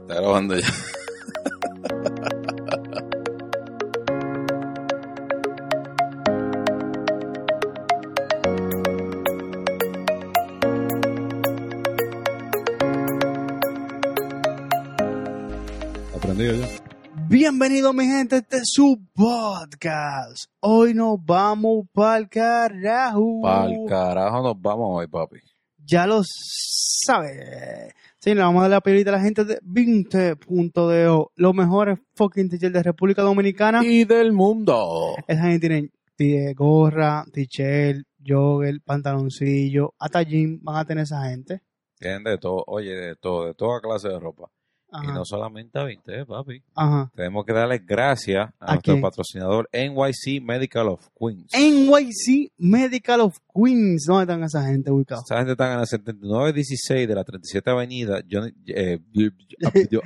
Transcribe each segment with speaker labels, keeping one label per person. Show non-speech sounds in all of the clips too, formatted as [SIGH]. Speaker 1: Está grabando ya.
Speaker 2: Aprendido ya.
Speaker 3: Bienvenido mi gente, este es su podcast. Hoy nos vamos pa'l carajo.
Speaker 1: Pa'l carajo nos vamos hoy, papi.
Speaker 3: Ya lo sabes. Sí, le vamos a dar la pelita a la gente de 20.deo. Los mejores fucking teachers de República Dominicana.
Speaker 1: Y del mundo.
Speaker 3: Esa gente tiene tiene gorra, t-shirt, jogger, pantaloncillo, hasta jean van a tener esa gente.
Speaker 1: Tienen de todo, oye, de todo, de toda clase de ropa. Y
Speaker 3: Ajá,
Speaker 1: no solamente a 20, papi.
Speaker 3: ajá.
Speaker 1: Tenemos que darle gracias a,
Speaker 3: ¿A
Speaker 1: nuestro
Speaker 3: quién?
Speaker 1: patrocinador NYC Medical of Queens.
Speaker 3: NYC Medical of Queens. ¿Dónde están esa gente ubicados?
Speaker 1: Esta gente está en la 7916 de la 37 Avenida Johnny- eh,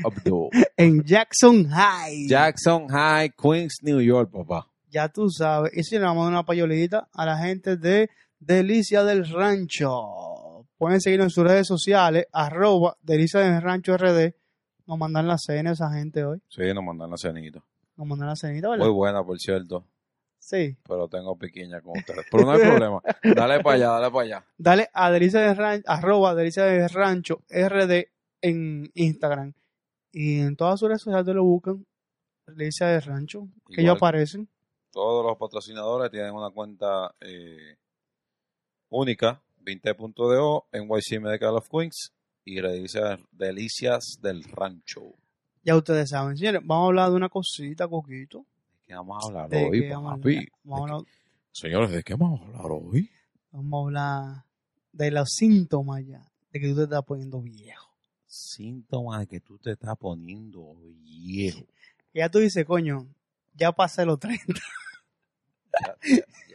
Speaker 1: Abdul.
Speaker 3: [LAUGHS] En Jackson High.
Speaker 1: Jackson High, Queens, New York, papá.
Speaker 3: Ya tú sabes. Y si le vamos a dar una payolita a la gente de Delicia del Rancho. Pueden seguirnos en sus redes sociales, arroba Delicia del Rancho RD. Nos mandan la cena esa gente hoy.
Speaker 1: Sí, nos mandan la cenita.
Speaker 3: Nos mandan la cenita, ¿verdad?
Speaker 1: Muy buena, por cierto.
Speaker 3: Sí.
Speaker 1: pero tengo piquiña con ustedes. Pero no hay problema. Dale para allá, dale para allá.
Speaker 3: Dale a Delicia del Rancho, arroba Delicia del Rancho RD en Instagram. Y en todas sus redes sociales te lo buscan. Delicia del Rancho. Que
Speaker 1: Igual.
Speaker 3: ellos aparecen.
Speaker 1: Todos los patrocinadores tienen una cuenta eh, única, 20.do, NYC Medical of Queens y Delicias, Delicias del Rancho.
Speaker 3: Ya ustedes saben, señores. Vamos a hablar de una cosita, Coquito.
Speaker 1: ¿De qué vamos a hablar
Speaker 3: de
Speaker 1: hoy,
Speaker 3: que vamos a
Speaker 1: papi?
Speaker 3: hablar- vamos a
Speaker 1: ¿De
Speaker 3: hablar
Speaker 1: qué- Señores, ¿de qué vamos a hablar hoy?
Speaker 3: Vamos a hablar de los síntomas ya, de que tú te estás poniendo viejo.
Speaker 1: Síntomas de que tú te estás poniendo [LAUGHS] viejo.
Speaker 3: Y ya tú dices, coño, ya pasé los 30.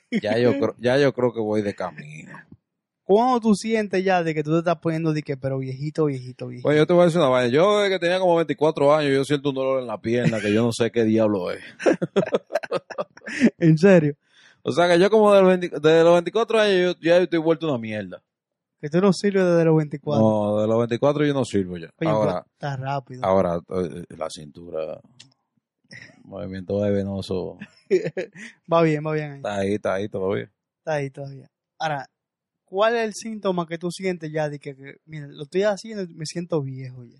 Speaker 1: Ya yo, creo- ya yo creo que voy de camino.
Speaker 3: [LAUGHS] ¿Cuándo tú sientes ya de que tú te estás poniendo de que, pero viejito, viejito, viejito?
Speaker 1: Bueno, yo te voy a decir una vaina. Yo desde que tenía como 24 años, yo siento un dolor en la pierna que yo no sé qué diablo es. Pues,
Speaker 3: En serio,
Speaker 1: O sea que yo como del 20 desde los 24 años yo ya estoy vuelto una mierda.
Speaker 3: que tú no sirves desde los 24.
Speaker 1: No, de los 24 yo no sirvo ya.
Speaker 3: Coño,
Speaker 1: ahora,
Speaker 3: tú estás rápido.
Speaker 1: ahora eh, la cintura, movimiento de venoso,
Speaker 3: [LAUGHS] va bien, va bien ahí.
Speaker 1: está ahí, está ahí todavía.
Speaker 3: Está ahí todavía. Ahora, ¿cuál es el síntoma que tú sientes ya de que, que, mira, lo estoy haciendo y me siento viejo ya?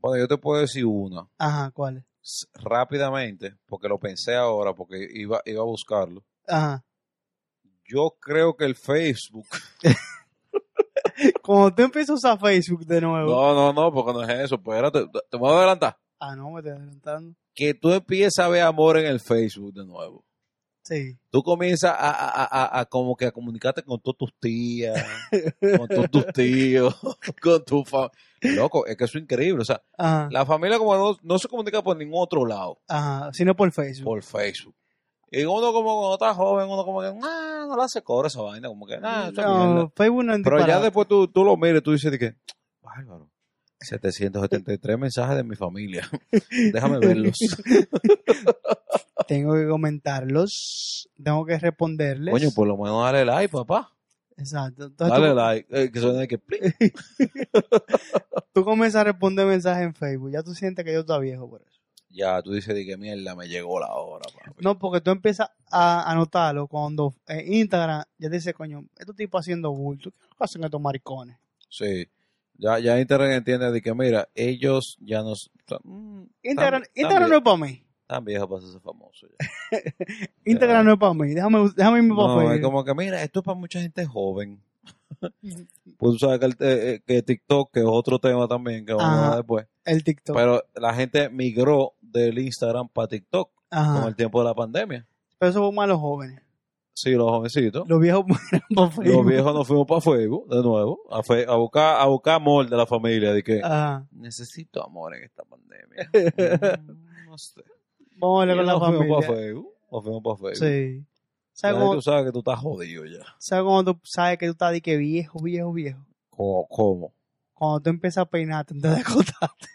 Speaker 1: Bueno, yo te puedo decir una
Speaker 3: Ajá, ¿cuál es?
Speaker 1: s- rápidamente porque lo pensé ahora porque iba iba a buscarlo.
Speaker 3: Ajá.
Speaker 1: Yo creo que el Facebook.
Speaker 3: Cuando tú empiezas a usar Facebook de nuevo.
Speaker 1: No, no, no, porque no es eso. Pues, Espérate, te- te voy a adelantar.
Speaker 3: Ah, no, me estoy adelantando.
Speaker 1: Que tú empiezas a ver amor en el Facebook de nuevo.
Speaker 3: Sí.
Speaker 1: tú comienzas a, a- a- a- a como que a comunicarte con todos tus tías, con todos tus tíos, [LAUGHS] con tu familia. Loco, es que eso es increíble. O sea,
Speaker 3: Ajá.
Speaker 1: la familia como no, no se comunica por ningún otro lado,
Speaker 3: Ajá, sino por Facebook.
Speaker 1: por Facebook. Y uno como cuando está joven, uno como que, ah, no le hace cobra esa vaina, como que, ah, esa mierda".
Speaker 3: no, Facebook no es
Speaker 1: Pero ya
Speaker 3: disparado.
Speaker 1: después tú, tú lo miras y tú dices de que, bárbaro, 773 mensajes de mi familia. [LAUGHS] Déjame
Speaker 3: [LAUGHS]
Speaker 1: verlos.
Speaker 3: Tengo que comentarlos, tengo que responderles.
Speaker 1: Coño, por lo menos dale like, papá.
Speaker 3: Exacto. Entonces
Speaker 1: Dale
Speaker 3: Ah, tú,
Speaker 1: like. Eh, que suena de que, "Pling".
Speaker 3: tú comienzas a responder mensajes en Facebook, ya tú sientes que yo estoy viejo por eso.
Speaker 1: Ya, tú dices, de que mierda, me llegó la hora, papi.
Speaker 3: No, porque tú empiezas a anotarlo cuando en Instagram ya te dice, coño, estos tipos haciendo bulto, ¿qué es lo que hacen estos maricones?
Speaker 1: Sí. Ya, ya Internet entiende de que, mira, ellos ya no... s- o sea, mm,
Speaker 3: Instagram,
Speaker 1: Tam-
Speaker 3: Instagram no es para mí.
Speaker 1: Tan viejos para ser famosos
Speaker 3: [LAUGHS]
Speaker 1: ya.
Speaker 3: Instagram no es para mí. Déjame, déjame irme para
Speaker 1: No, es
Speaker 3: Facebook.
Speaker 1: como que, mira, esto es para mucha gente joven. Pues tú sabes que, el te- eh, que TikTok, que es otro tema también, que vamos a
Speaker 3: Ajá.
Speaker 1: hablar después.
Speaker 3: El TikTok.
Speaker 1: Pero la gente migró del Instagram para TikTok con
Speaker 3: Ajá.
Speaker 1: el tiempo de la pandemia.
Speaker 3: Pero eso fue más los jóvenes.
Speaker 1: Sí, los jovencitos.
Speaker 3: Los viejos [LAUGHS] eran para Facebook.
Speaker 1: Los viejos nos fuimos para Facebook, de nuevo, a, fe- a buscar a buscar amor de la familia, de que...
Speaker 3: Ajá.
Speaker 1: necesito amor en esta
Speaker 3: [LAUGHS]
Speaker 1: pandemia. Mm, no sé.
Speaker 3: Vamos a hablar con
Speaker 1: Y
Speaker 3: la
Speaker 1: nos fuimos
Speaker 3: familia.
Speaker 1: para Facebook. Nos fuimos para Facebook.
Speaker 3: Sí.
Speaker 1: Ya
Speaker 3: ¿Sabes cómo,
Speaker 1: tú sabes que tú estás jodido ya.
Speaker 3: ¿Sabes cuando tú sabes que tú estás de que viejo, viejo, viejo?
Speaker 1: ¿Cómo? cómo?
Speaker 3: Cuando tú empiezas a peinarte antes de acostarte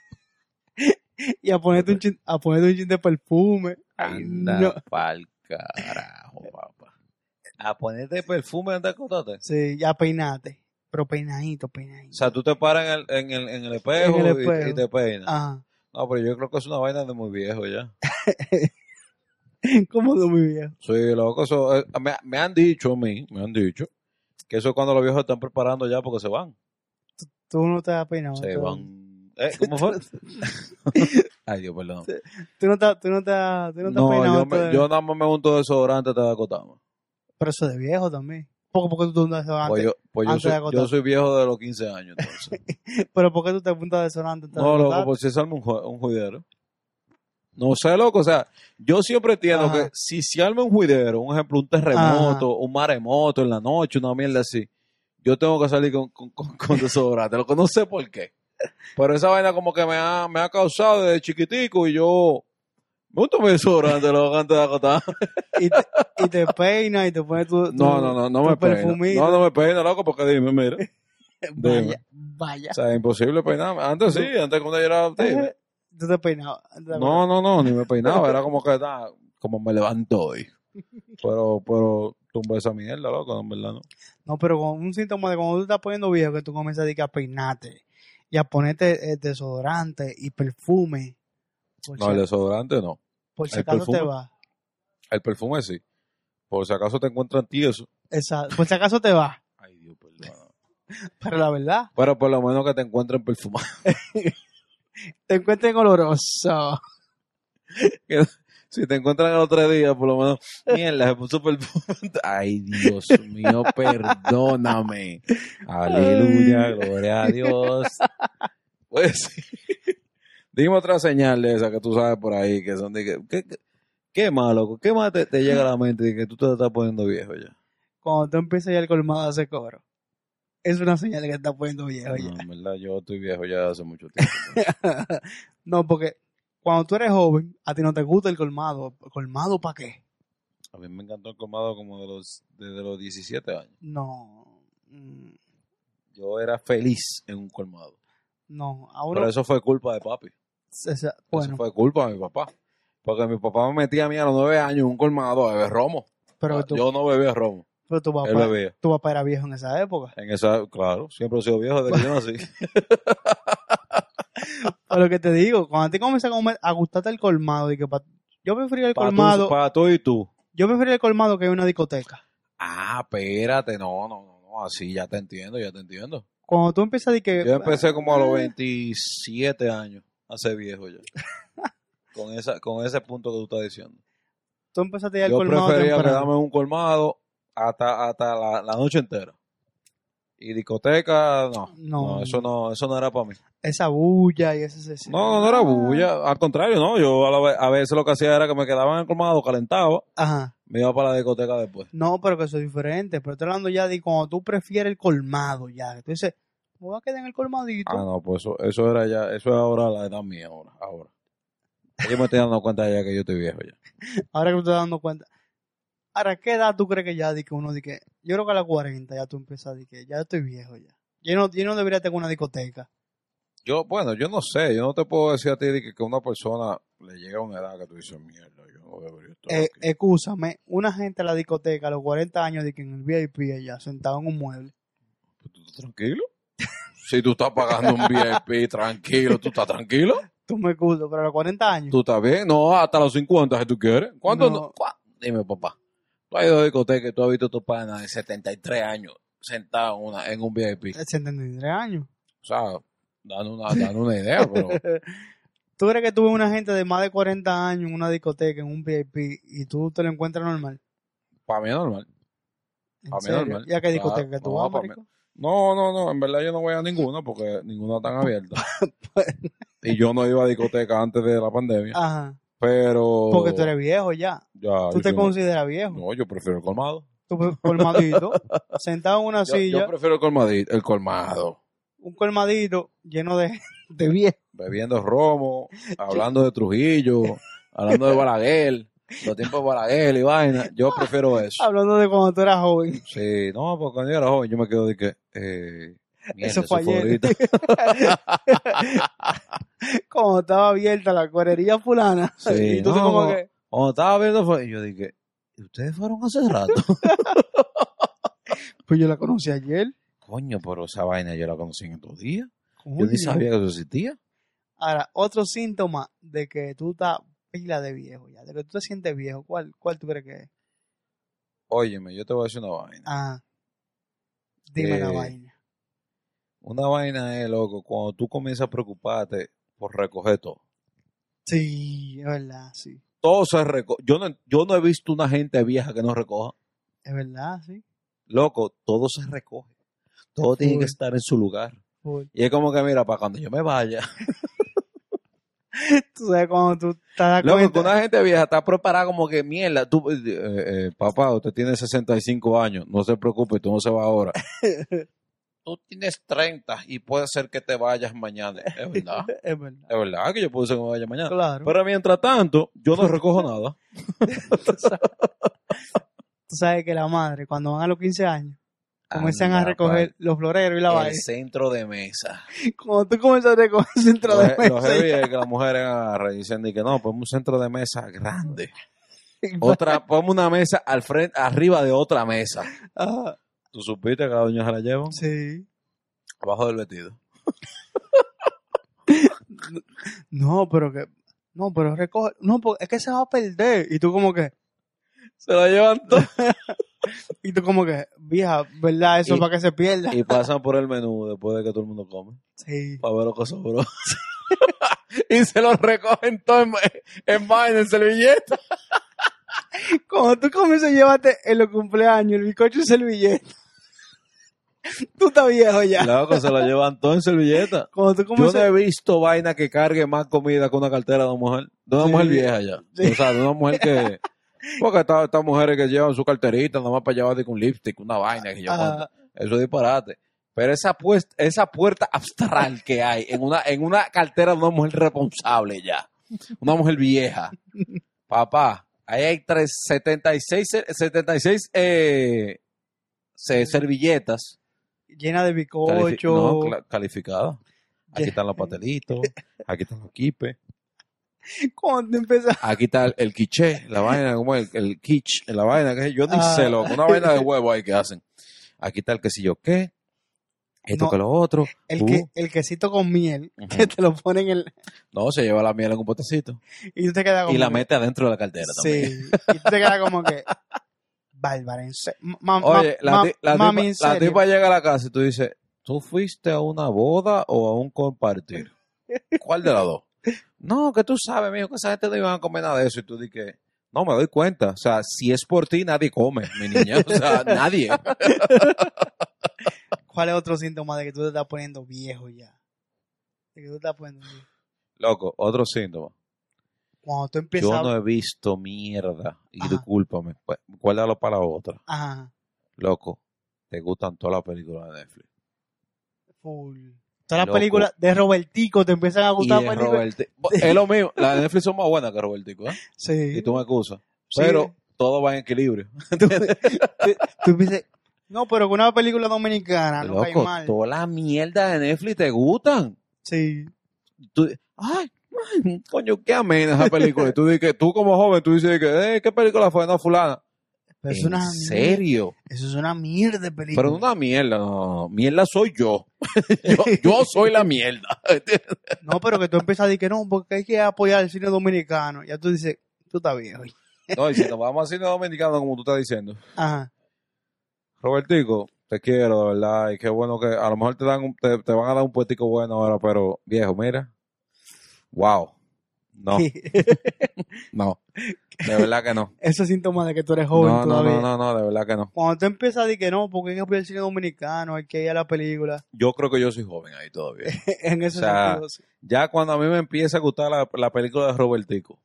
Speaker 3: [LAUGHS] y a ponerte un chin, a ponerte un chin de perfume.
Speaker 1: Anda
Speaker 3: Ah, No.
Speaker 1: pa'l carajo, papá. A ponerte perfume antes de acostarte.
Speaker 3: Sí, ya peinate. pero peinadito, peinadito.
Speaker 1: O sea, tú te paras en el, en el, en el espejo,
Speaker 3: En el
Speaker 1: y-
Speaker 3: espejo.
Speaker 1: Y, te peinas.
Speaker 3: Ajá. [LAUGHS]
Speaker 1: No, pero yo creo que es una vaina de muy viejo ya.
Speaker 3: ¿Cómo de muy viejo?
Speaker 1: Sí, loco, eso, eh, me, me han dicho a mí, me han dicho, que eso es cuando los viejos están preparando ya porque se van.
Speaker 3: Tú no te has peinado.
Speaker 1: se
Speaker 3: tú-
Speaker 1: van. Eh, ¿Cómo fue?
Speaker 3: [LAUGHS]
Speaker 1: Ay, Dios, perdón.
Speaker 3: Sí, Tú no te, tú no te, has- tú no te has
Speaker 1: No,
Speaker 3: peinado.
Speaker 1: yo,
Speaker 3: tú
Speaker 1: me-
Speaker 3: de-
Speaker 1: yo nada más me unto desodorante hasta de acotama.
Speaker 3: Pero eso de viejo también. Porque, porque tú te untas desodorante.
Speaker 1: Pues yo, pues yo
Speaker 3: antes de
Speaker 1: soy,
Speaker 3: acotar.
Speaker 1: yo soy viejo de los 15 años, entonces.
Speaker 3: [LAUGHS] Pero porque tú te apuntas desodorante. antes de
Speaker 1: no, loco, pues
Speaker 3: acostarte?
Speaker 1: por si salme un, ju- un juidero. No sé, loco, o sea, yo siempre entiendo
Speaker 3: Ajá.
Speaker 1: que si se arma un juidero, un ejemplo, un terremoto, un maremoto en la noche, una mierda así, yo tengo que salir con, con, con, con desodorante, loco, no sé por qué. Pero esa vaina como que me ha, me ha causado desde chiquitico y yo... Me gusta mi desodorante, loco, antes de acotar.
Speaker 3: y, te, y te peinas y te pones tu. tu-
Speaker 1: pues. [LAUGHS] No, no, no, no me
Speaker 3: tu perfumito.
Speaker 1: peino. No, no me peino, loco, porque dime, mira.
Speaker 3: [LAUGHS] Vaya,
Speaker 1: Dime.
Speaker 3: vaya.
Speaker 1: O sea, imposible peinarme. Antes sí, antes cuando yo era tigre.
Speaker 3: Tú te peinabas. antes de
Speaker 1: No, no, no, ni me peinaba. Era como que, ah, como me levanto hoy. Pero, pero, tumbé esa mierda, loco, en verdad, ¿no?
Speaker 3: No, pero con un síntoma de cuando tú estás poniendo viejo que tú comienzas a, decir que a peinarte y a ponerte eh, desodorante y perfume. Por
Speaker 1: No,
Speaker 3: si,
Speaker 1: el desodorante no.
Speaker 3: por si
Speaker 1: el
Speaker 3: acaso te
Speaker 1: perfume.
Speaker 3: va.
Speaker 1: El perfume sí. Por si acaso te encuentran tieso.
Speaker 3: Exacto. Por si acaso te va.
Speaker 1: Ay, Dios, perdón.
Speaker 3: Pero la verdad,
Speaker 1: Pero por lo menos que te encuentren perfumado.
Speaker 3: te encuentren oloroso.
Speaker 1: Si te encuentran el otro día, por lo menos,
Speaker 3: [LAUGHS]
Speaker 1: mierda, se puso perfume. [LAUGHS] Ay, Dios mío, perdóname. Aleluya, gloria a Dios. Pues sí. Dime otra señal de esa que tú sabes por ahí, que son de que, ¿qué, qué, qué más, loco? ¿Qué más te, te llega a la mente de que tú te estás poniendo viejo ya?
Speaker 3: Cuando tú empiezas ya el colmado a hacer cobro. Es una señal de que te estás poniendo viejo ya.
Speaker 1: No, en verdad, yo estoy viejo ya hace mucho tiempo. entonces.
Speaker 3: [LAUGHS] No, porque cuando tú eres joven, a ti no te gusta el colmado. ¿Colmado para qué?
Speaker 1: A mí me encantó el colmado como de los, desde los 17 años.
Speaker 3: No. Mm,
Speaker 1: Yo era feliz en un colmado.
Speaker 3: No, ahora.
Speaker 1: Pero eso fue culpa de papi.
Speaker 3: esa-
Speaker 1: Eso
Speaker 3: bueno,
Speaker 1: fue culpa de mi papá. Porque mi papá me metía a mí a los nueve años en un colmado a beber romo.
Speaker 3: pero, tu,
Speaker 1: Ah, Yo no bebía romo.
Speaker 3: pero tu
Speaker 1: Él
Speaker 3: papá,
Speaker 1: bebía.
Speaker 3: tu papá era viejo en esa época.
Speaker 1: En esa, claro, siempre he sido viejo desde que yo nací.
Speaker 3: Pero lo que te digo, cuando a ti comienza a, comer- a gustarte el colmado, y que pa- yo prefería el
Speaker 1: Para
Speaker 3: [LAUGHS] colmado,
Speaker 1: tú, para tú y tú.
Speaker 3: yo prefería el colmado que una discoteca.
Speaker 1: Ah, espérate, no, no, no, no, así ya te entiendo, ya te entiendo.
Speaker 3: Cuando tú empiezas a decir que
Speaker 1: Yo empecé como a los 27 años a ser viejo
Speaker 3: [LAUGHS]
Speaker 1: ya. Con, esa, con ese punto que tú estás diciendo.
Speaker 3: tú empezaste a ir al
Speaker 1: Yo
Speaker 3: colmado
Speaker 1: prefería
Speaker 3: temprano.
Speaker 1: quedarme en un colmado hasta, hasta la, la noche entera. Y discoteca, no.
Speaker 3: No.
Speaker 1: no, eso no, eso no era para mí.
Speaker 3: Esa bulla y ese ese-
Speaker 1: No, no, no era bulla. Al contrario, no. Yo a, la ve- a veces lo que hacía era que me quedaba en el colmado, calentaba,
Speaker 3: Ajá.
Speaker 1: me iba para la discoteca después.
Speaker 3: No, pero que eso es diferente. Pero estoy hablando ya de cuando tú prefieres el colmado ya. que Tú dices, me voy a quedar en el colmadito.
Speaker 1: Ah, no, pues eso, eso era ya, eso es ahora la edad mía, ahora, ahora. Yo me estoy dando cuenta ya que yo estoy viejo ya.
Speaker 3: Ahora que me estoy dando cuenta. Ahora, ¿qué edad tú crees que ya di que uno di que Yo creo que a las 40 ya tú empiezas di que ya estoy viejo ya. Yo no, yo no debería tener una discoteca.
Speaker 1: Yo, bueno, yo no sé, yo no te puedo decir a ti de que, que a una persona le llega una edad que tú dices, mierda, yo no debería estar
Speaker 3: Eh,
Speaker 1: aquí".
Speaker 3: excúsame, una gente a la discoteca a los 40 años di que en el VIP allá, sentado en un mueble.
Speaker 1: Pues, ¿Tú estás tranquilo? si tú estás pagando un [LAUGHS] VIP, tranquilo, ¿tú estás tranquilo?
Speaker 3: Tú me excusas, pero a los 40 años.
Speaker 1: ¿Tú estás bien? No, hasta los 50 si tú quieres. ¿Cuánto?
Speaker 3: No.
Speaker 1: No? ¿Cuá- Dime, papá. Tú has ido a discoteca y tú has visto a tu pana de 73 años sentado en, una, en un VIP.
Speaker 3: eh, 73 años.
Speaker 1: O sea, dando una, dando una idea, [LAUGHS] pero...
Speaker 3: ¿Tú crees que tú ves una gente de más de 40 años en una discoteca, en un VIP, y tú te lo encuentras normal?
Speaker 1: Para mí es normal.
Speaker 3: ¿En
Speaker 1: Pa' mí
Speaker 3: serio?
Speaker 1: normal.
Speaker 3: ¿Y a qué discoteca que tú
Speaker 1: No,
Speaker 3: vas,
Speaker 1: pa' mí-
Speaker 3: marico?
Speaker 1: No, no, no. En verdad yo no voy a ninguna porque ninguna tan abierta. [LAUGHS] y yo no iba a discoteca antes de la pandemia.
Speaker 3: Ajá.
Speaker 1: Pero.
Speaker 3: Porque tú eres viejo ya.
Speaker 1: Ya,
Speaker 3: Tú
Speaker 1: yo
Speaker 3: te
Speaker 1: soy-
Speaker 3: consideras viejo.
Speaker 1: No, yo prefiero el colmado.
Speaker 3: tu pe-
Speaker 1: [LAUGHS]
Speaker 3: colmadito, sentado en una
Speaker 1: Yo, yo
Speaker 3: silla,
Speaker 1: prefiero el colmadito, el colmado.
Speaker 3: un colmadito
Speaker 1: [LAUGHS]
Speaker 3: lleno de, de viejo.
Speaker 1: Bebiendo
Speaker 3: [LAUGHS]
Speaker 1: romo, hablando de Trujillo, hablando de Balaguer, los tiempos de Balaguer y vaina.
Speaker 3: [LAUGHS]
Speaker 1: Yo prefiero eso.
Speaker 3: Hablando de cuando tú eras joven. [LAUGHS]
Speaker 1: Sí, no, porque cuando yo era joven yo me quedo de que. Eh, mierda,
Speaker 3: Eso fue ayer.
Speaker 1: ahorita.
Speaker 3: [LAUGHS] Cuando estaba abierta la correría fulana.
Speaker 1: Sí,
Speaker 3: [LAUGHS] y tú te
Speaker 1: no,
Speaker 3: como
Speaker 1: no.
Speaker 3: que,
Speaker 1: Cuando estaba viendo fue, y yo dije, ¿y ustedes fueron hace rato?
Speaker 3: pues yo la conocí ayer.
Speaker 1: [LAUGHS] coño, pero esa vaina yo la conocí en estos días. Yo
Speaker 3: Coño.
Speaker 1: ni sabía que eso existía.
Speaker 3: Ahora, otro síntoma de que tú estás pila de viejo ya, de que tú te sientes viejo, ¿cuál, cuál tú crees que es?
Speaker 1: Óyeme, yo te voy a decir una vaina.
Speaker 3: Ah, dime la
Speaker 1: Eh,
Speaker 3: vaina.
Speaker 1: Una vaina es, loco, cuando tú comienzas a preocuparte por recoger todo.
Speaker 3: Sí, es verdad, sí.
Speaker 1: Todo se recoge. Yo no, yo no he visto una gente vieja que no recoja.
Speaker 3: Es verdad, sí.
Speaker 1: Loco, todo se recoge. Todo tiene
Speaker 3: Full.
Speaker 1: que estar en su lugar.
Speaker 3: Full. [LAUGHS]
Speaker 1: Y es como que, mira, para cuando yo me [LAUGHS] vaya.
Speaker 3: Tú sabes cuando tú te das
Speaker 1: Loco, que
Speaker 3: cuenta.
Speaker 1: una gente vieja está preparada como que mierda. Tú, eh, eh, papá, usted tiene 65 años, no se preocupe, tú no se vas ahora. [LAUGHS] tú tienes 30 y puede ser que te vayas mañana. [LAUGHS] Es verdad,
Speaker 3: [LAUGHS] Es verdad.
Speaker 1: es verdad que yo puedo ser que me vaya mañana.
Speaker 3: Claro.
Speaker 1: Pero mientras tanto, yo no recojo nada.
Speaker 3: tú sabes que la madre, cuando van a los 15 años, comienzan a
Speaker 1: Anda,
Speaker 3: recoger los floreros y la
Speaker 1: pa- el
Speaker 3: vaina.
Speaker 1: centro de mesa.
Speaker 3: [LAUGHS] Cuando tú comienzas a recoger el centro
Speaker 1: Los,
Speaker 3: de
Speaker 1: he- los
Speaker 3: mesa,
Speaker 1: heavy es que las mujeres agarran y dicen de que no, ponme un centro de mesa
Speaker 3: [LAUGHS]
Speaker 1: grande.
Speaker 3: y- pues,
Speaker 1: Otra, ponme una mesa al frente, arriba de otra mesa.
Speaker 3: Ah,
Speaker 1: ¿Tú supiste que la doña se la llevan?
Speaker 3: sí.
Speaker 1: Abajo del vestido.
Speaker 3: No, pero que. No, pero recoge. No, porque es que se va a perder. Y tú, como que.
Speaker 1: Se la llevan todo.
Speaker 3: [LAUGHS] Y tú, como que. Vieja, ¿verdad? Eso
Speaker 1: Y-
Speaker 3: para que se pierda.
Speaker 1: Y pasan por el menú después de que todo el mundo come.
Speaker 3: sí.
Speaker 1: Para ver lo que sobró. [LAUGHS] y se lo recogen todo en, en vaina, en servilleta.
Speaker 3: [LAUGHS] Cuando tú comienzas a llevarte en los cumpleaños el bizcocho y servilleta. [LAUGHS] tú estás viejo ya.
Speaker 1: Loco, se lo llevan todo en servilleta.
Speaker 3: Cuando tú
Speaker 1: Yo no
Speaker 3: comienzas.
Speaker 1: he visto vaina que cargue más comida que una cartera de una mujer. De una
Speaker 3: Sí.
Speaker 1: mujer vieja ya.
Speaker 3: Sí.
Speaker 1: O sea, de una mujer que... Porque estas estas mujeres que llevan su carterita, nada más para llevar de que un lipstick, una vaina que yo cuento.
Speaker 3: Ah,
Speaker 1: Eso es disparate. Pero esa, puest- esa puerta abstral que hay en una, en una cartera de una mujer responsable ya. Una mujer vieja. Papá, ahí hay tres, 76, se- 76 eh, se- servilletas.
Speaker 3: llena de
Speaker 1: Califi-
Speaker 3: bizcocho.
Speaker 1: no, cla- calificadas. Aquí
Speaker 3: Ya.
Speaker 1: están los patelitos, aquí están los quipes,
Speaker 3: Cuando empiezas.
Speaker 1: aquí está el, el quiche, la vaina, como el, el quiche, la vaina, que yo ni
Speaker 3: Ah.
Speaker 1: sé, loco, una vaina de huevo ahí que hacen. Aquí está el que si yo qué, esto
Speaker 3: No.
Speaker 1: que lo otro.
Speaker 3: El,
Speaker 1: Uh.
Speaker 3: que, el quesito con miel.
Speaker 1: Ujú.
Speaker 3: Que te lo ponen en.
Speaker 1: No, se lleva la miel en un potecito.
Speaker 3: Y tú te quedas como.
Speaker 1: Y la
Speaker 3: que-
Speaker 1: mete adentro de la cartera también.
Speaker 3: Ah, Sí, y tú te quedas como que. Bárbara, en serio. Ma- ma-
Speaker 1: Oye, la,
Speaker 3: ma-
Speaker 1: ti- la
Speaker 3: mami, en
Speaker 1: tipa, la
Speaker 3: serio.
Speaker 1: tipa llega a la casa y tú dices, ¿tú fuiste a una boda o a un compartir? ¿Cuál de las
Speaker 3: [LAUGHS]
Speaker 1: dos? No, que tú sabes, mijo, que esa gente no iban a comer nada de eso. Y tú dices, no, me doy cuenta. O sea, si es por ti, nadie come, mi niña. O
Speaker 3: [LAUGHS]
Speaker 1: sea, nadie.
Speaker 3: ¿Cuál es otro síntoma de que tú te estás poniendo viejo ya? De que tú te estás poniendo viejo.
Speaker 1: Loco, otro síntoma.
Speaker 3: Cuando tú empiezas.
Speaker 1: Yo
Speaker 3: a-
Speaker 1: no he visto mierda. Y
Speaker 3: Ajá.
Speaker 1: discúlpame, pues, guárdalo para la otra.
Speaker 3: Ajá,
Speaker 1: Loco, te gustan todas las películas de Netflix.
Speaker 3: full. Todas las
Speaker 1: Loco.
Speaker 3: películas de Robertico te empiezan a
Speaker 1: Y
Speaker 3: gustar
Speaker 1: de
Speaker 3: las películas.
Speaker 1: Robertico. [LAUGHS] Es lo mismo. Las de Netflix son más buenas que Robertico, ¿eh?
Speaker 3: Sí.
Speaker 1: Y tú me acusas.
Speaker 3: sí.
Speaker 1: Pero todo va en equilibrio.
Speaker 3: Tú empiezas. No, pero con una película dominicana, Ah, no cae
Speaker 1: Loco,
Speaker 3: mal.
Speaker 1: toda la mierda de Netflix te gustan.
Speaker 3: Sí.
Speaker 1: Tú- ay, ay, coño, qué amena esa película. Y tú, dices, tú como joven, tú dices, que, eh, ¿qué película fue? No, fulana.
Speaker 3: Pero es
Speaker 1: ¿En
Speaker 3: una mierda.
Speaker 1: serio?
Speaker 3: Eso es una mierda de película.
Speaker 1: Pero una mierda, no, no, no. Mierda soy yo. [LAUGHS] yo. yo soy la mierda. ¿entiendes?
Speaker 3: No, pero que tú empiezas a decir que no, porque hay que apoyar el cine dominicano. Ya tú dices, tú estás viejo.
Speaker 1: no, y si nos vamos a cine dominicano, como tú estás diciendo.
Speaker 3: Ajá.
Speaker 1: Robertico, te quiero, de verdad, y qué bueno que a lo mejor te dan un- te, te van a dar un puestico bueno ahora, pero viejo, mira. Wow. No,
Speaker 3: [LAUGHS]
Speaker 1: no. De verdad que [LAUGHS] no.
Speaker 3: Ese síntoma de que tú eres joven
Speaker 1: No, no, no,
Speaker 3: todavía.
Speaker 1: no, no, de verdad que no.
Speaker 3: Cuando tú empiezas a decir que no, porque hay que apoyar el cine dominicano, hay que ir a la película. [LAUGHS]
Speaker 1: Yo creo que yo soy joven ahí todavía.
Speaker 3: En ese
Speaker 1: O sea,
Speaker 3: sentido, sí.
Speaker 1: Ya cuando a mí me empieza a gustar la, la película de Robertico,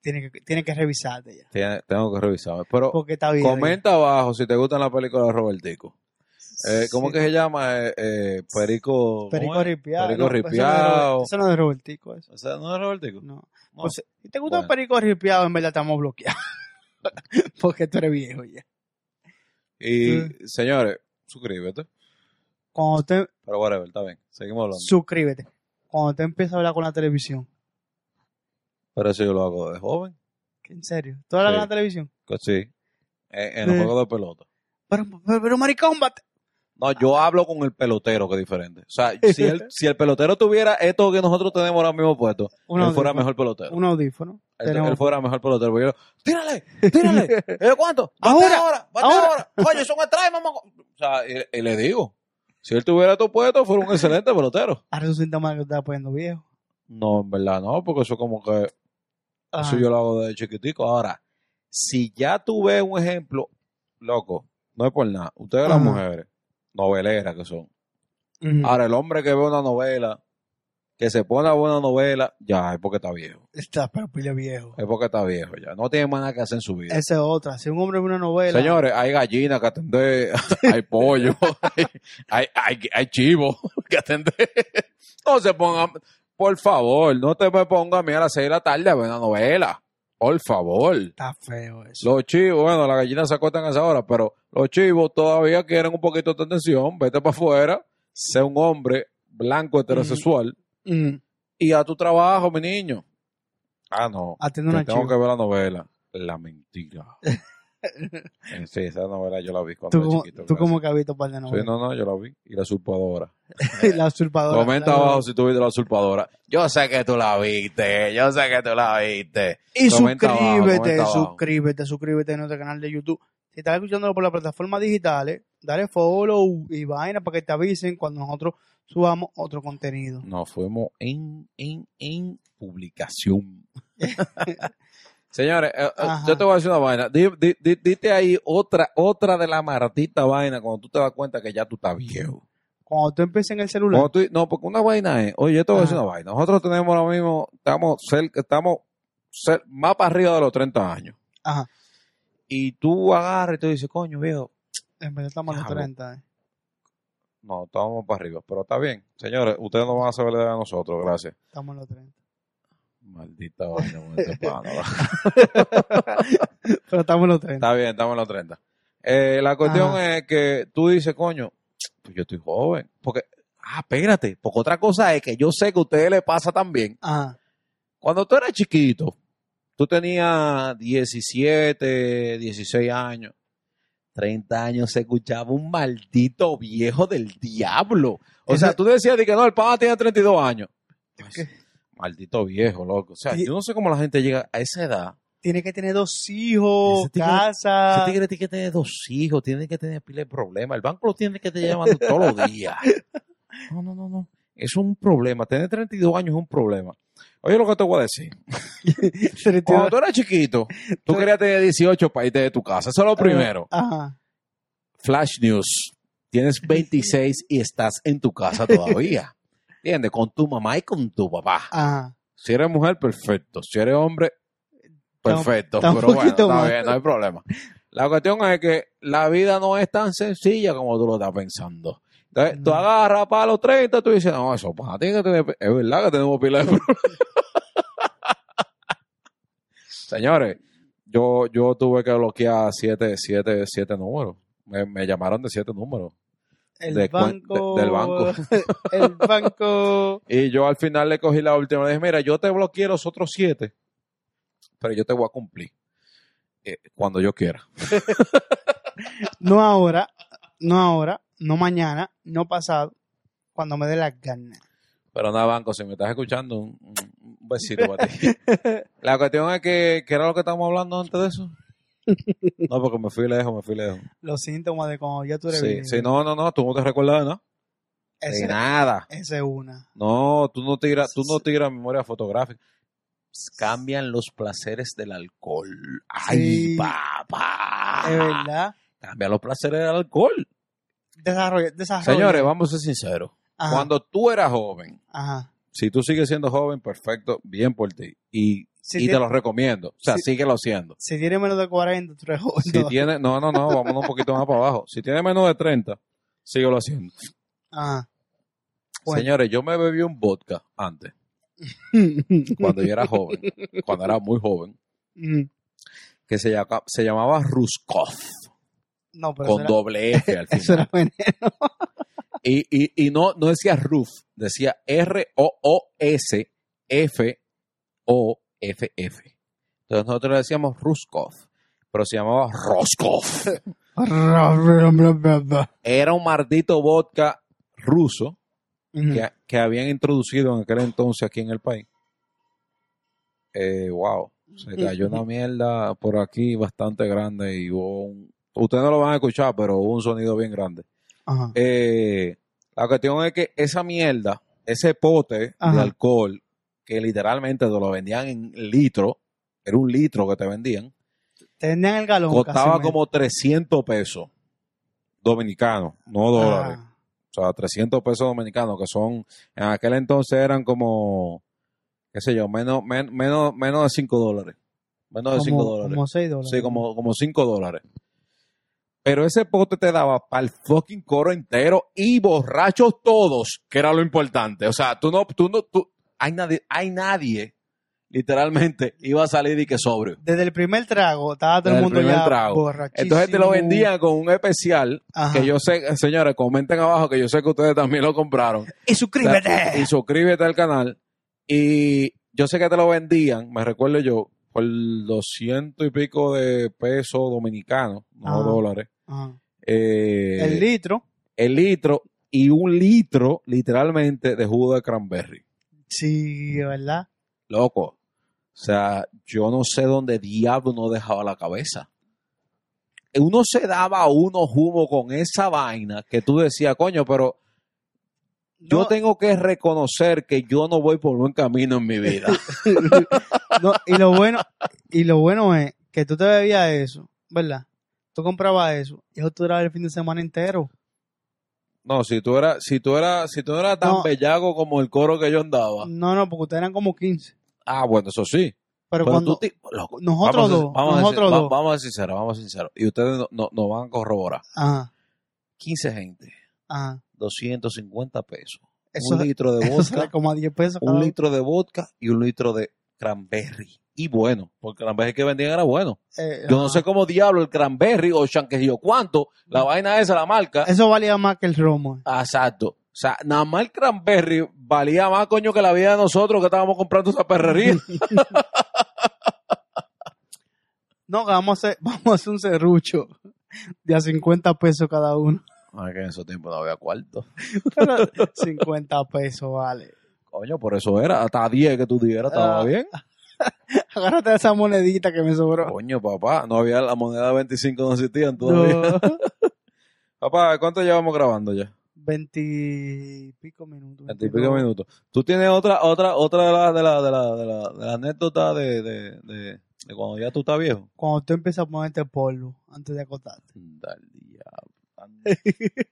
Speaker 3: tienes que, tienes que revisarte ya.
Speaker 1: te- tengo que revisarme. Pero
Speaker 3: Porque está bien.
Speaker 1: comenta abajo si te gustan las películas de Robertico. Eh, ¿Cómo que se llama? Eh, eh, Perico. ¿cómo
Speaker 3: Perico
Speaker 1: es?
Speaker 3: ripiado.
Speaker 1: Perico
Speaker 3: no,
Speaker 1: ripiado.
Speaker 3: Eso no es de Robertico, eso.
Speaker 1: O sea, ¿no es Robertico?
Speaker 3: No.
Speaker 1: No.
Speaker 3: Pues, si te gusta
Speaker 1: Bueno.
Speaker 3: Perico ripiado, en verdad estamos bloqueados. [LAUGHS] porque tú eres viejo ya.
Speaker 1: Y
Speaker 3: Sí.
Speaker 1: señores, suscríbete.
Speaker 3: Cuando te,
Speaker 1: Pero whatever, está bien. Seguimos hablando.
Speaker 3: suscríbete. Cuando te empiezas a hablar con la televisión.
Speaker 1: Pero eso yo lo hago de joven.
Speaker 3: ¿En serio? ¿Tú hablas
Speaker 1: Sí.
Speaker 3: con la televisión?
Speaker 1: Que sí. En, en los
Speaker 3: Sí.
Speaker 1: juegos de pelota.
Speaker 3: Pero, pero, pero maricón, bate.
Speaker 1: No, yo hablo con el pelotero, que es diferente. O sea, si
Speaker 3: [LAUGHS]
Speaker 1: el, si el pelotero tuviera esto que nosotros tenemos ahora mismo puesto,
Speaker 3: Un
Speaker 1: él fuera
Speaker 3: audífono.
Speaker 1: mejor pelotero.
Speaker 3: Un audífono.
Speaker 1: Él-
Speaker 3: Tenemos-
Speaker 1: Él fuera mejor pelotero. Porque yo, tírale, [LAUGHS]
Speaker 3: [LAUGHS]
Speaker 1: tírale. ¿Pero cuánto?
Speaker 3: Ahora,
Speaker 1: Ahora, ahora, bate
Speaker 3: ahora.
Speaker 1: ahora. Oye, son atrás, mamá. O sea, y, y le digo, si él tuviera esto puesto, fuera un excelente pelotero.
Speaker 3: Ahora es un síntoma que está poniendo viejo.
Speaker 1: No, en verdad no, porque eso como que Eso
Speaker 3: Ajá.
Speaker 1: Ah, yo lo hago de chiquitico. Ahora, si ya tú ves un ejemplo, loco, no es por nada. Ustedes las
Speaker 3: Ajá. Mm.
Speaker 1: mujeres, noveleras que son.
Speaker 3: Ujú.
Speaker 1: Ahora, el hombre que ve una novela, que se pone a ver una novela, ya es porque está viejo.
Speaker 3: Está pero pile viejo.
Speaker 1: Es porque está viejo ya. No tiene más nada que hacer en su vida.
Speaker 3: Esa es otra. Si un hombre ve una novela.
Speaker 1: Señores, hay gallinas que atender, [LAUGHS] hay pollo, [LAUGHS] hay, hay, hay, hay chivo [LAUGHS] que atender. No se pongan, por favor, no te me pongas a mí a las seis de la tarde a ver una novela. Por favor.
Speaker 3: Está feo eso.
Speaker 1: Los chivos, bueno, las gallinas se acuestan a esa hora, pero los chivos todavía quieren un poquito de atención. Vete para afuera, sé un hombre blanco heterosexual
Speaker 3: Mm.
Speaker 1: y a tu trabajo, mi niño. Ah, no.
Speaker 3: Atiende
Speaker 1: Te
Speaker 3: una
Speaker 1: tengo
Speaker 3: chica.
Speaker 1: que ver la novela. La
Speaker 3: [LAUGHS]
Speaker 1: mentira. En sí, esa novela yo la vi cuando
Speaker 3: Tú,
Speaker 1: era
Speaker 3: como,
Speaker 1: chiquito.
Speaker 3: tú
Speaker 1: gracias.
Speaker 3: como que has visto par de
Speaker 1: Sí,
Speaker 3: novelas.
Speaker 1: no, no, yo la vi. Y la usurpadora.
Speaker 3: [LAUGHS] la usurpadora.
Speaker 1: Comenta
Speaker 3: la-
Speaker 1: abajo si tú viste la usurpadora. Yo sé que tú la viste, yo sé que tú la viste.
Speaker 3: Y
Speaker 1: Comenta abajo,
Speaker 3: suscríbete,
Speaker 1: comenta abajo.
Speaker 3: suscríbete, suscríbete a nuestro canal de YouTube. Si estás escuchándolo por las plataformas digitales, dale follow y vaina para que te avisen cuando nosotros subamos otro contenido.
Speaker 1: Nos fuimos en, en, en
Speaker 3: [LAUGHS]
Speaker 1: publicación. Señores, eh, eh,
Speaker 3: Ajá.
Speaker 1: yo te voy a decir una vaina. Di- di- di- Dite ahí otra otra de la maratita vaina cuando tú te das cuenta que ya tú estás viejo.
Speaker 3: Cuando tú empieces en el celular,
Speaker 1: Cuando tú- no, porque una vaina es, oye, yo te voy a decir
Speaker 3: Ajá.
Speaker 1: una vaina. Nosotros tenemos ahora mismo, estamos cerca, estamos cer- más para arriba de los 30 años.
Speaker 3: Ajá.
Speaker 1: Y tú agarras y tú dices, coño, viejo,
Speaker 3: en vez de estar más de
Speaker 1: Diablo.
Speaker 3: 30. eh.
Speaker 1: no, estamos para arriba. Pero está bien, señores, ustedes no van a saber la edad de nosotros, gracias.
Speaker 3: Estamos en los 30.
Speaker 1: Maldita vaina con
Speaker 3: [LAUGHS]
Speaker 1: este pana, va.
Speaker 3: Pero estamos en los 30.
Speaker 1: Está bien, estamos en los 30. Eh, la cuestión es que tú dices, coño, pues yo estoy joven. Porque, ah, espérate, porque otra cosa es que yo sé que a ustedes les pasa también.
Speaker 3: Ajá.
Speaker 1: Cuando tú eras chiquito, tú tenías 17, 16 años, 30 años, se escuchaba un maldito viejo del diablo. O
Speaker 3: Ese-
Speaker 1: sea, tú decías de que no, el papá tiene 32 años. Pues,
Speaker 3: que-
Speaker 1: maldito viejo, loco. O sea,
Speaker 3: Y-
Speaker 1: yo no sé cómo la gente llega a esa edad
Speaker 3: Tiene que tener dos hijos,
Speaker 1: Ese tipo-
Speaker 3: casa.
Speaker 1: ese tigre tiene que tener dos hijos, tiene que tener pila de problemas. El banco lo tiene que estar llamando todos los días. [LAUGHS] No, no, no, no. Eso es un problema. Tener 32 años es un problema. Oye, lo que te voy a decir.
Speaker 3: [LAUGHS]
Speaker 1: Cuando
Speaker 3: 32.
Speaker 1: tú eras chiquito, tú querías tener 18 para irte de tu casa. Eso es lo primero.
Speaker 3: Ajá.
Speaker 1: Flash News. Tienes 26 y estás en tu casa todavía. ¿Entiendes? Con tu mamá y con tu papá.
Speaker 3: Ajá.
Speaker 1: Si eres mujer, perfecto. Si eres hombre, perfecto.
Speaker 3: está un
Speaker 1: pero bueno,
Speaker 3: poquito
Speaker 1: está
Speaker 3: más.
Speaker 1: bien, no hay problema. La cuestión es que la vida no es tan sencilla como tú lo estás pensando. Entonces, tú
Speaker 3: No.
Speaker 1: agarras para los 30, tú dices, no, eso para ti que tener pe- Es verdad que tenemos pila de problemas. [LAUGHS] Señores, yo, yo tuve que bloquear siete, siete, siete números. Me, me llamaron de siete números.
Speaker 3: El
Speaker 1: De cuen-
Speaker 3: banco.
Speaker 1: de- del banco.
Speaker 3: [LAUGHS] el banco.
Speaker 1: Y yo al final le cogí la última. Le dije, mira, yo te bloqueé los otros siete, pero yo te voy a cumplir eh, cuando yo quiera.
Speaker 3: No ahora, no ahora, no mañana, no pasado, cuando me dé las ganas.
Speaker 1: Pero nada, Banco, si me estás escuchando, un, un besito para [LAUGHS] ti. La cuestión es que, ¿qué era lo que estábamos hablando antes de [LAUGHS] eso? No, porque me fui lejos, me fui lejos.
Speaker 3: Los síntomas de cuando ya tú eres
Speaker 1: Sí,
Speaker 3: viejo.
Speaker 1: sí, no, no, no, tú no te recuerdas de nada.
Speaker 3: Ese-
Speaker 1: De nada.
Speaker 3: esa es una.
Speaker 1: No, tú no tiras, tú no tiras memoria fotográfica. Cambian los placeres del alcohol. Ay,
Speaker 3: Sí.
Speaker 1: papá.
Speaker 3: Es verdad.
Speaker 1: Cambia los placeres del alcohol.
Speaker 3: Desarrolla, desarrolla.
Speaker 1: Señores, vamos a ser sinceros.
Speaker 3: Ajá,
Speaker 1: Cuando tú eras joven,
Speaker 3: ajá.
Speaker 1: si tú sigues siendo joven, perfecto, bien por ti. Y,
Speaker 3: Si,
Speaker 1: y
Speaker 3: tie-
Speaker 1: te lo recomiendo. O sea,
Speaker 3: si-
Speaker 1: síguelo
Speaker 3: [LAUGHS]
Speaker 1: haciendo.
Speaker 3: si tienes menos de 40, tú eres joven
Speaker 1: Si
Speaker 3: todavía.
Speaker 1: tiene, no, no, no, vámonos un poquito más para abajo. Si tiene menos de 30, síguelo haciendo. [LAUGHS]
Speaker 3: Ajá. Bueno.
Speaker 1: Señores, yo me bebí un vodka antes, cuando yo era joven, cuando era muy joven,
Speaker 3: Mm,
Speaker 1: que se, llama- se llamaba Ruskov,
Speaker 3: [LAUGHS] no, pero eso
Speaker 1: con
Speaker 3: era,
Speaker 1: doble F
Speaker 3: [LAUGHS]
Speaker 1: al
Speaker 3: eso
Speaker 1: final.
Speaker 3: era veneno.
Speaker 1: Y, y, y no, no decía Ruf, decía R-O-O-S-F-O-F-F. Entonces nosotros le decíamos Ruskov, pero se llamaba Roskov. Era un maldito vodka ruso
Speaker 3: Ujú.
Speaker 1: que, que habían introducido en aquel entonces aquí en el país. Eh, wow, se cayó una mierda por aquí bastante grande y hubo un... Ustedes no lo van a escuchar, pero hubo un sonido bien grande.
Speaker 3: Ajá.
Speaker 1: Eh, la cuestión es que esa mierda, ese pote de
Speaker 3: Ajá.
Speaker 1: alcohol, que literalmente te lo vendían en litro, era un litro que te vendían,
Speaker 3: Te vendían el galón.
Speaker 1: costaba
Speaker 3: casi,
Speaker 1: como 300 pesos dominicanos, no
Speaker 3: men.
Speaker 1: dólares.
Speaker 3: Ah,
Speaker 1: O sea, 300 pesos dominicanos, que son, en aquel entonces eran como, qué sé yo, menos, men- menos, menos de 5 dólares. Menos de 5
Speaker 3: como,
Speaker 1: dólares.
Speaker 3: como 6 dólares.
Speaker 1: Sí, como, como 5 dólares. Pero ese pote te daba para el fucking coro entero y borrachos todos, que era lo importante. O sea, tú no, tú no, tú, hay nadie, hay nadie, literalmente, iba a salir y que sobrio.
Speaker 3: Desde el primer trago estaba todo
Speaker 1: Desde el
Speaker 3: el mundo
Speaker 1: primer
Speaker 3: ya
Speaker 1: trago.
Speaker 3: borrachísimo.
Speaker 1: Entonces te lo vendían con un especial
Speaker 3: Ajá.
Speaker 1: que yo sé, señores, comenten abajo que yo sé que ustedes también lo compraron.
Speaker 3: Y
Speaker 1: Sa- Y
Speaker 3: suscríbete.
Speaker 1: suscríbete al canal. Y yo sé que te lo vendían, me recuerdo yo, por 200 y pico de pesos dominicanos, no
Speaker 3: Ajá.
Speaker 1: dólares.
Speaker 3: Ajá.
Speaker 1: Eh,
Speaker 3: El litro.
Speaker 1: el litro y un litro, literalmente, de jugo de cranberry.
Speaker 3: Sí, ¿verdad?
Speaker 1: Loco. O sea, yo no sé dónde diablo no dejaba la cabeza. Uno se daba uno humo con esa vaina que tú decías, coño, pero yo
Speaker 3: No,
Speaker 1: tengo que reconocer que yo no voy por buen camino en mi
Speaker 3: [LAUGHS]
Speaker 1: vida.
Speaker 3: no, y lo bueno y lo bueno es que tú te bebías eso, ¿verdad? Tú comprabas eso y eso duraba el fin de semana entero.
Speaker 1: No, si tú eras, si tú eras, si tú no eras tan
Speaker 3: No.
Speaker 1: bellaco como el coro que yo andaba.
Speaker 3: No, no, porque ustedes eran como 15.
Speaker 1: Ah, bueno, eso sí. Pero
Speaker 3: Pero, cuando
Speaker 1: tú ti- loco, vamos
Speaker 3: nosotros
Speaker 1: a-
Speaker 3: dos,
Speaker 1: vamos a ser-
Speaker 3: nosotros
Speaker 1: va-
Speaker 3: dos.
Speaker 1: vamos a ser sinceros, vamos a ser sinceros. Y ustedes no- no- nos van a corroborar.
Speaker 3: Ajá,
Speaker 1: 15 gente,
Speaker 3: ajá.
Speaker 1: 250 pesos.
Speaker 3: Eso,
Speaker 1: un litro de
Speaker 3: [LAUGHS] eso sale
Speaker 1: vodka,
Speaker 3: como a 10 pesos cada
Speaker 1: un litro de vodka y un litro de cranberry. Y bueno, porque el cranberry que vendían era bueno.
Speaker 3: eh,
Speaker 1: Yo no
Speaker 3: ajá.
Speaker 1: sé cómo diablo el cranberry o chanquecillo cuánto, la vaina esa, la marca.
Speaker 3: Eso valía más que el romo. eh.
Speaker 1: Ah, Exacto. O sea, nada más el cranberry valía más coño que la vida de nosotros que estábamos comprando esa perrería.
Speaker 3: No, que vamos a hacer, [LAUGHS] vamos a hacer un serrucho de a 50 pesos cada uno. [LAUGHS]
Speaker 1: Ay, que en esos tiempos no había cuarto.
Speaker 3: Pero 50 pesos, vale.
Speaker 1: Coño, por eso era. Hasta 10 que tú dieras estaba
Speaker 3: Ah.
Speaker 1: bien.
Speaker 3: Agárrate esa monedita que me sobró.
Speaker 1: Coño, papá. No había la moneda de 25, no existían todavía.
Speaker 3: No. [LAUGHS]
Speaker 1: Papá, ¿cuánto llevamos grabando ya?
Speaker 3: 20 y pico minutos.
Speaker 1: 20 y pico minutos. Tú tienes otra, otra, otra de la, de la, de la, de la, de la anécdota de, de, de, de cuando ya tú estás viejo.
Speaker 3: Cuando tú empiezas a ponerte polvo antes de acostarte.
Speaker 1: Anda al diablo.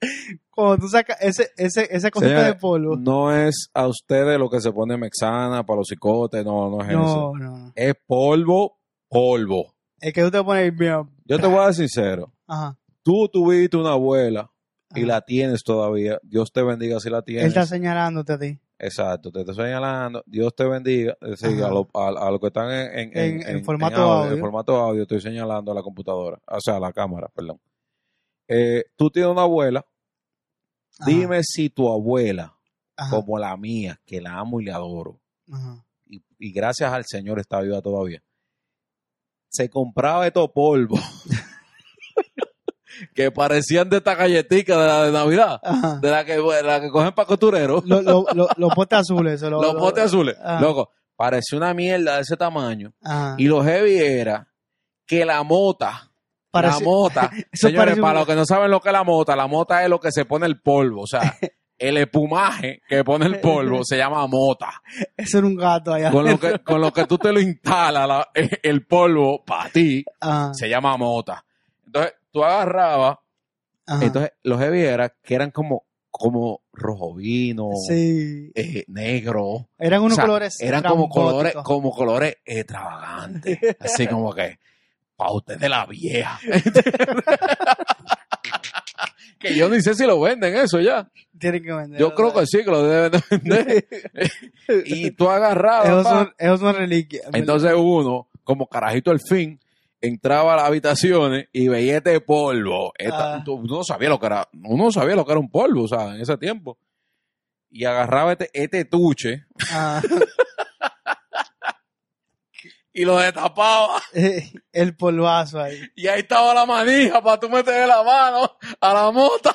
Speaker 3: [LAUGHS] Cuando tú sacas ese, ese, esa cosita
Speaker 1: Señores,
Speaker 3: de polvo.
Speaker 1: No es a ustedes lo que se pone mexana, para los psicotes, no, no es eso.
Speaker 3: No, no, no.
Speaker 1: Es polvo, polvo.
Speaker 3: Es que tú te pones bien.
Speaker 1: Yo te voy a ser sincero.
Speaker 3: Ajá. Tú
Speaker 1: Tú tuviste una abuela y
Speaker 3: Ajá.
Speaker 1: la tienes todavía. Dios te bendiga si la
Speaker 3: Él está
Speaker 1: tienes.
Speaker 3: señalándote a ti.
Speaker 1: Exacto, te estoy señalando. Dios te bendiga. Sí,
Speaker 3: Ajá.
Speaker 1: a, lo- a- a los que están en, en-
Speaker 3: En-
Speaker 1: en-
Speaker 3: en
Speaker 1: en- en
Speaker 3: formato audio.
Speaker 1: En formato audio estoy señalando a la computadora. O sea, a la cámara, perdón. Eh, tú tienes una abuela.
Speaker 3: Ajá,
Speaker 1: Dime si tu abuela,
Speaker 3: ajá,
Speaker 1: como la mía, que la amo y la adoro,
Speaker 3: ajá.
Speaker 1: y, y gracias al Señor está viva todavía. Se compraba estos polvos [LAUGHS] que parecían de esta galletica de la de Navidad, [LAUGHS]
Speaker 3: ajá.
Speaker 1: de la que, de la que cogen para costureros,
Speaker 3: Lo- lo- lo- Los potes azules. eso, lo-
Speaker 1: los
Speaker 3: lo-
Speaker 1: potes azules.
Speaker 3: ah.
Speaker 1: Loco, parecía una mierda de ese tamaño.
Speaker 3: Ajá.
Speaker 1: Y lo heavy era que la mota,
Speaker 3: Parece-
Speaker 1: la mota,
Speaker 3: [LAUGHS] eso
Speaker 1: señores,
Speaker 3: parece un-
Speaker 1: para los que no saben lo que es la mota, la mota es lo que se pone el polvo, o
Speaker 3: [LAUGHS]
Speaker 1: sea, el espumaje que pone el polvo se llama mota.
Speaker 3: Eso era un gato allá.
Speaker 1: con lo que, con lo que tú te lo instalas la- e, el polvo para ti,
Speaker 3: Ajá,
Speaker 1: se llama mota. Entonces, tú agarrabas,
Speaker 3: ajá.
Speaker 1: entonces los heavy era que eran como, como rojo vino,
Speaker 3: Sí.
Speaker 1: eh, negro.
Speaker 3: Eran unos
Speaker 1: O sea,
Speaker 3: colores.
Speaker 1: eran como colores,
Speaker 3: trambóticos.
Speaker 1: como colores eh, extravagantes. Así como que, pa' usted de la vieja. [LAUGHS] que yo ni sé si lo venden eso ya.
Speaker 3: Tienen que vender.
Speaker 1: Yo creo que sí que lo deben de vender. [LAUGHS] y tú agarrabas.
Speaker 3: Esos
Speaker 1: pa,
Speaker 3: son, esos son reliquias. ¿verdad?
Speaker 1: Entonces uno, como carajito al fin, entraba a las habitaciones y veía este polvo. Esta-
Speaker 3: Ah.
Speaker 1: tú- Uno no sabía lo que era, uno no sabía lo que era un polvo, o sea, en ese tiempo. Y agarraba este, este tuche
Speaker 3: Ah,
Speaker 1: y lo destapaba.
Speaker 3: eh, [LAUGHS] el polvazo
Speaker 1: [LAUGHS]
Speaker 3: ahí.
Speaker 1: Y ahí estaba la manija para tú meterle la mano a la
Speaker 3: [LAUGHS]
Speaker 1: mota.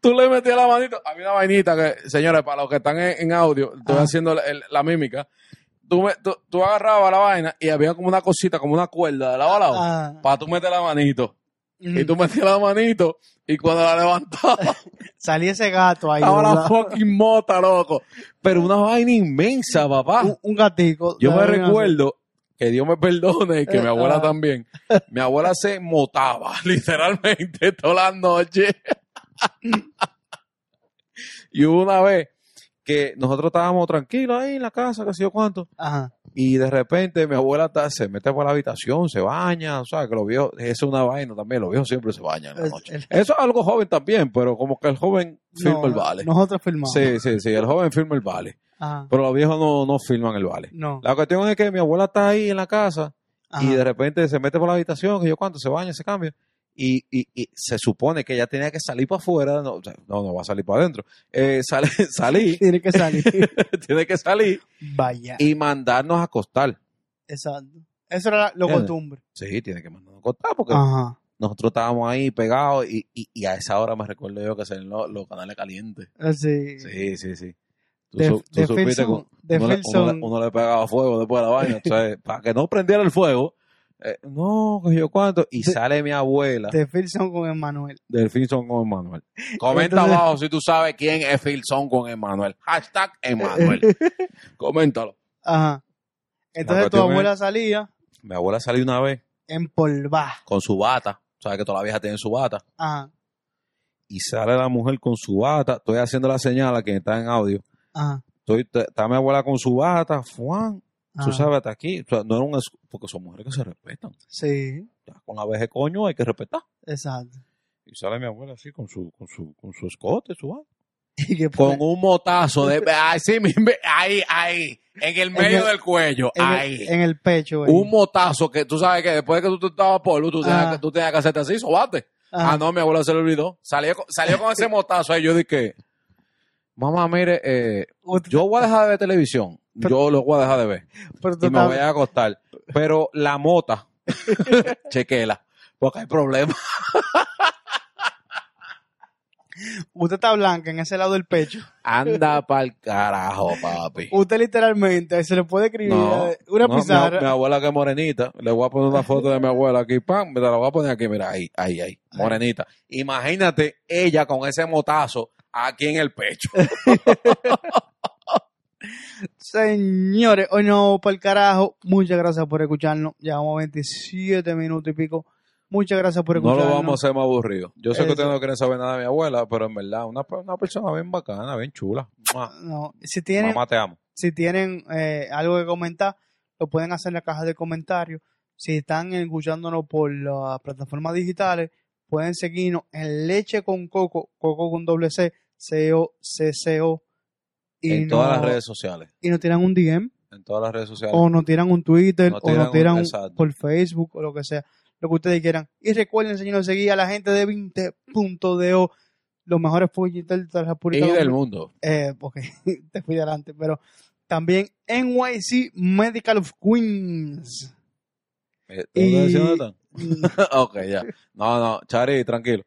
Speaker 1: tú le metías la manito. Había una vainita que, señores, para los que están en, en audio, estoy
Speaker 3: Ah.
Speaker 1: haciendo el- el- la mímica. Tú, me- tú, tú agarrabas la vaina y había como una cosita, como una cuerda de lado a lado.
Speaker 3: Ah,
Speaker 1: Para tú meter la manito. Y
Speaker 3: mm,
Speaker 1: tú metías la manito y cuando la levantabas,
Speaker 3: salía ese gato ahí.
Speaker 1: estaba la
Speaker 3: ¿verdad?
Speaker 1: fucking mota, loco. Pero una vaina inmensa, papá.
Speaker 3: un, un gatico.
Speaker 1: Yo me
Speaker 3: Una vaina así.
Speaker 1: recuerdo, que Dios me perdone y que mi
Speaker 3: Eh,
Speaker 1: abuela
Speaker 3: ah.
Speaker 1: también, mi abuela se motaba [LAUGHS] literalmente todas las noches. y hubo una vez que nosotros estábamos tranquilos ahí en la casa, que sé yo cuánto,
Speaker 3: Ajá.
Speaker 1: y de repente mi abuela ta- se mete por la habitación, se baña, o sea, que los viejos, eso es una vaina también, los viejos siempre se bañan en la
Speaker 3: Es-
Speaker 1: noche.
Speaker 3: el-
Speaker 1: Eso es algo joven también, pero como que el joven firma
Speaker 3: no,
Speaker 1: el vale.
Speaker 3: Nosotros filmamos.
Speaker 1: Sí, sí, sí, el joven firma el vale,
Speaker 3: Ajá.
Speaker 1: pero los viejos no, no firman el vale.
Speaker 3: No.
Speaker 1: La cuestión es que mi abuela está ahí en la casa
Speaker 3: Ajá.
Speaker 1: y de repente se mete por la habitación, que yo cuando se baña, se cambia. Y, y- y se supone que ella tenía que salir para afuera, no, o sea, no, no va a salir para adentro. Eh, [LAUGHS] sale, salí,
Speaker 3: [LAUGHS] Tiene
Speaker 1: [LAUGHS]
Speaker 3: que salir.
Speaker 1: tiene que salir
Speaker 3: Vaya.
Speaker 1: y mandarnos a acostar.
Speaker 3: Exacto. Eso era la- lo
Speaker 1: Bien.
Speaker 3: costumbre.
Speaker 1: Sí, tiene que mandarnos a acostar porque
Speaker 3: Ajá.
Speaker 1: nosotros estábamos ahí pegados y, y- y a esa hora me recuerdo yo que salen los, los canales calientes.
Speaker 3: Así.
Speaker 1: Sí, sí, sí. Tú,
Speaker 3: De,
Speaker 1: su- tú
Speaker 3: de
Speaker 1: supiste que
Speaker 3: Filson, de
Speaker 1: uno, le, uno le-
Speaker 3: Filson,
Speaker 1: uno le pegaba fuego después de la vaina,
Speaker 3: [LAUGHS]
Speaker 1: entonces, para que no prendiera el fuego, eh, no, que yo cuánto, y
Speaker 3: De-
Speaker 1: sale mi abuela
Speaker 3: de Filson con Emanuel.
Speaker 1: del Filson con Emanuel.
Speaker 3: [LAUGHS]
Speaker 1: Comenta
Speaker 3: Entonces-
Speaker 1: abajo si tú sabes quién es Filson con Emanuel. Hashtag
Speaker 3: [LAUGHS]
Speaker 1: Emanuel. Coméntalo.
Speaker 3: Ajá. Entonces tu
Speaker 1: cuestión es-
Speaker 3: abuela salía
Speaker 1: Mi abuela salió una vez
Speaker 3: en polvá.
Speaker 1: con su bata, sabes que toda la vieja tiene su bata,
Speaker 3: Ajá.
Speaker 1: y sale la mujer con su bata, estoy haciendo la señal a quien está en audio,
Speaker 3: Ajá.
Speaker 1: estoy, está mi abuela con su bata, Juan,
Speaker 3: ajá.
Speaker 1: tú sabes, hasta aquí, O sea, no era un, es- porque son mujeres que se respetan.
Speaker 3: Sí.
Speaker 1: Ya, con la vejez coño hay que respetar.
Speaker 3: Exacto. [LAUGHS]
Speaker 1: Y sale mi abuela así con su, con su, con su escote, su vaina.
Speaker 3: Y que
Speaker 1: Con un motazo de ay, sí, mi- mi- ahí, ahí, en el medio
Speaker 3: el-
Speaker 1: del cuello,
Speaker 3: en,
Speaker 1: ahí.
Speaker 3: el, en el pecho. güey.
Speaker 1: un motazo que tú sabes que después de que tú te estabas polvo, tú, tenías
Speaker 3: Ah.
Speaker 1: que- tú tenías que hacerte así, sobate.
Speaker 3: Ajá.
Speaker 1: Ah, no, mi abuela se le olvidó. Salió, con- salió con ese motazo ahí. Yo dije, mamá, mire, eh,
Speaker 3: Ut-
Speaker 1: yo voy a dejar de ver televisión. Yo lo voy a dejar de ver.
Speaker 3: pero tú
Speaker 1: Y me voy
Speaker 3: estabas-
Speaker 1: a acostar. Pero la mota, [LAUGHS] chequela, porque hay problemas.
Speaker 3: Usted está blanca en ese lado del pecho.
Speaker 1: Anda pa'l carajo, papi.
Speaker 3: Usted literalmente se le puede escribir
Speaker 1: No,
Speaker 3: eh, una
Speaker 1: no, mi ab- Mi,
Speaker 3: pizarra.
Speaker 1: abuela que es morenita, le voy a poner una foto de mi abuela aquí, pam, me la voy a poner aquí, mira, ahí, ahí, ahí, morenita. Imagínate ella con ese motazo aquí en el
Speaker 3: [LAUGHS]
Speaker 1: pecho.
Speaker 3: Señores, hoy no, por el carajo. Muchas gracias por escucharnos. Llevamos 27 minutos y pico. Muchas gracias por
Speaker 1: No
Speaker 3: escucharnos.
Speaker 1: lo vamos a hacer más aburrido. Yo sé que ustedes
Speaker 3: Eso.
Speaker 1: no quieren saber nada de mi abuela, pero en verdad, una, pe- una persona bien bacana, bien chula. Mua.
Speaker 3: No, si tienen,
Speaker 1: Mamá, te amo.
Speaker 3: si tienen eh, algo que comentar, lo pueden hacer en la caja de comentarios. Si están escuchándonos por las plataformas digitales, pueden seguirnos en Leche con Coco, Coco con doble C, C-O, C-C-O. Y
Speaker 1: En
Speaker 3: no-
Speaker 1: todas las redes sociales.
Speaker 3: Y nos tiran un DM,
Speaker 1: En todas las redes sociales.
Speaker 3: o nos tiran un Twitter,
Speaker 1: Nos
Speaker 3: o nos
Speaker 1: tiran un-
Speaker 3: tiran un-
Speaker 1: exacto.
Speaker 3: por Facebook, o lo que sea. Lo que ustedes quieran. Y recuerden, señores, seguir a la gente de 20.do, los mejores fugitivos de la
Speaker 1: y
Speaker 3: República
Speaker 1: del
Speaker 3: Dominicana
Speaker 1: mundo.
Speaker 3: eh, porque [LAUGHS] te fui delante, pero también NYC Medical of
Speaker 1: [LAUGHS]
Speaker 3: Queens.
Speaker 1: Eh, ¿tengo que decir
Speaker 3: Y-
Speaker 1: dónde están? [LAUGHS] ok, ya.
Speaker 3: [LAUGHS]
Speaker 1: No, no, Chari, tranquilo.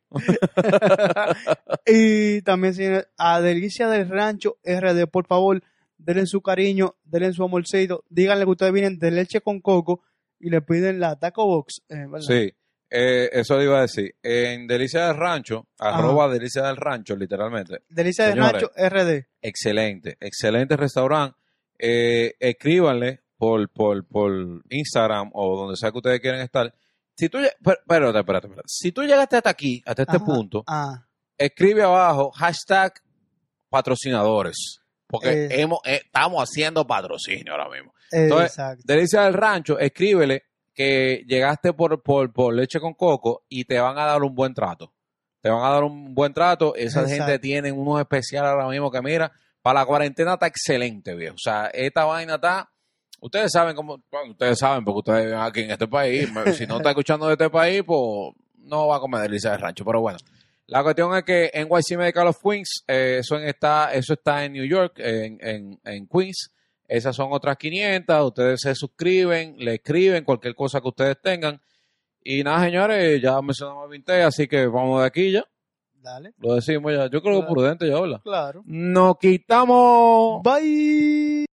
Speaker 3: y también, señores, a Delicia del Rancho RD, por favor, denle su cariño, denle su amorcito, díganle que ustedes vienen de leche con coco y le piden la Taco Box. eh, ¿verdad?
Speaker 1: Sí, eh, eso le iba a decir. En Delicia del Rancho,
Speaker 3: Ajá.
Speaker 1: arroba Delicia del Rancho, literalmente.
Speaker 3: Delicia del
Speaker 1: Señores.
Speaker 3: Rancho RD.
Speaker 1: Excelente, excelente restaurante. Eh, escríbanle por, por, por Instagram o donde sea que ustedes quieran estar. Si tú, lle- per- espérate, espérate, espérate. Si tú llegaste hasta aquí, hasta este
Speaker 3: Ajá.
Speaker 1: punto,
Speaker 3: Ah,
Speaker 1: escribe abajo hashtag patrocinadores. Porque
Speaker 3: Eh.
Speaker 1: hemos, eh, estamos haciendo patrocinio ahora mismo.
Speaker 3: É
Speaker 1: Entonces,
Speaker 3: exacto.
Speaker 1: Delicia del Rancho, escríbele que llegaste por, por, por leche con coco y te van a dar un buen trato. Te van a dar un buen trato. Esa
Speaker 3: Exacto.
Speaker 1: gente tiene unos especiales ahora mismo que mira. Para la cuarentena está excelente, viejo. O sea, esta vaina está. Ustedes saben cómo. bueno, ustedes saben, porque ustedes viven aquí en este país. Me- Si no está escuchando de este país, pues no va a comer delicia del rancho. Pero bueno. La cuestión es que en YC Medical of Queens, eh, eso, en está, eso está en New York, en, en, en Queens. Esas son otras 500. Ustedes se suscriben, le escriben cualquier cosa que ustedes tengan. Y nada, señores, ya mencionamos a Vinte, así que vamos de aquí ya.
Speaker 3: Dale.
Speaker 1: Lo decimos ya. Yo creo que
Speaker 3: Claro.
Speaker 1: prudente ya habla.
Speaker 3: Claro.
Speaker 1: Nos quitamos.
Speaker 3: Bye.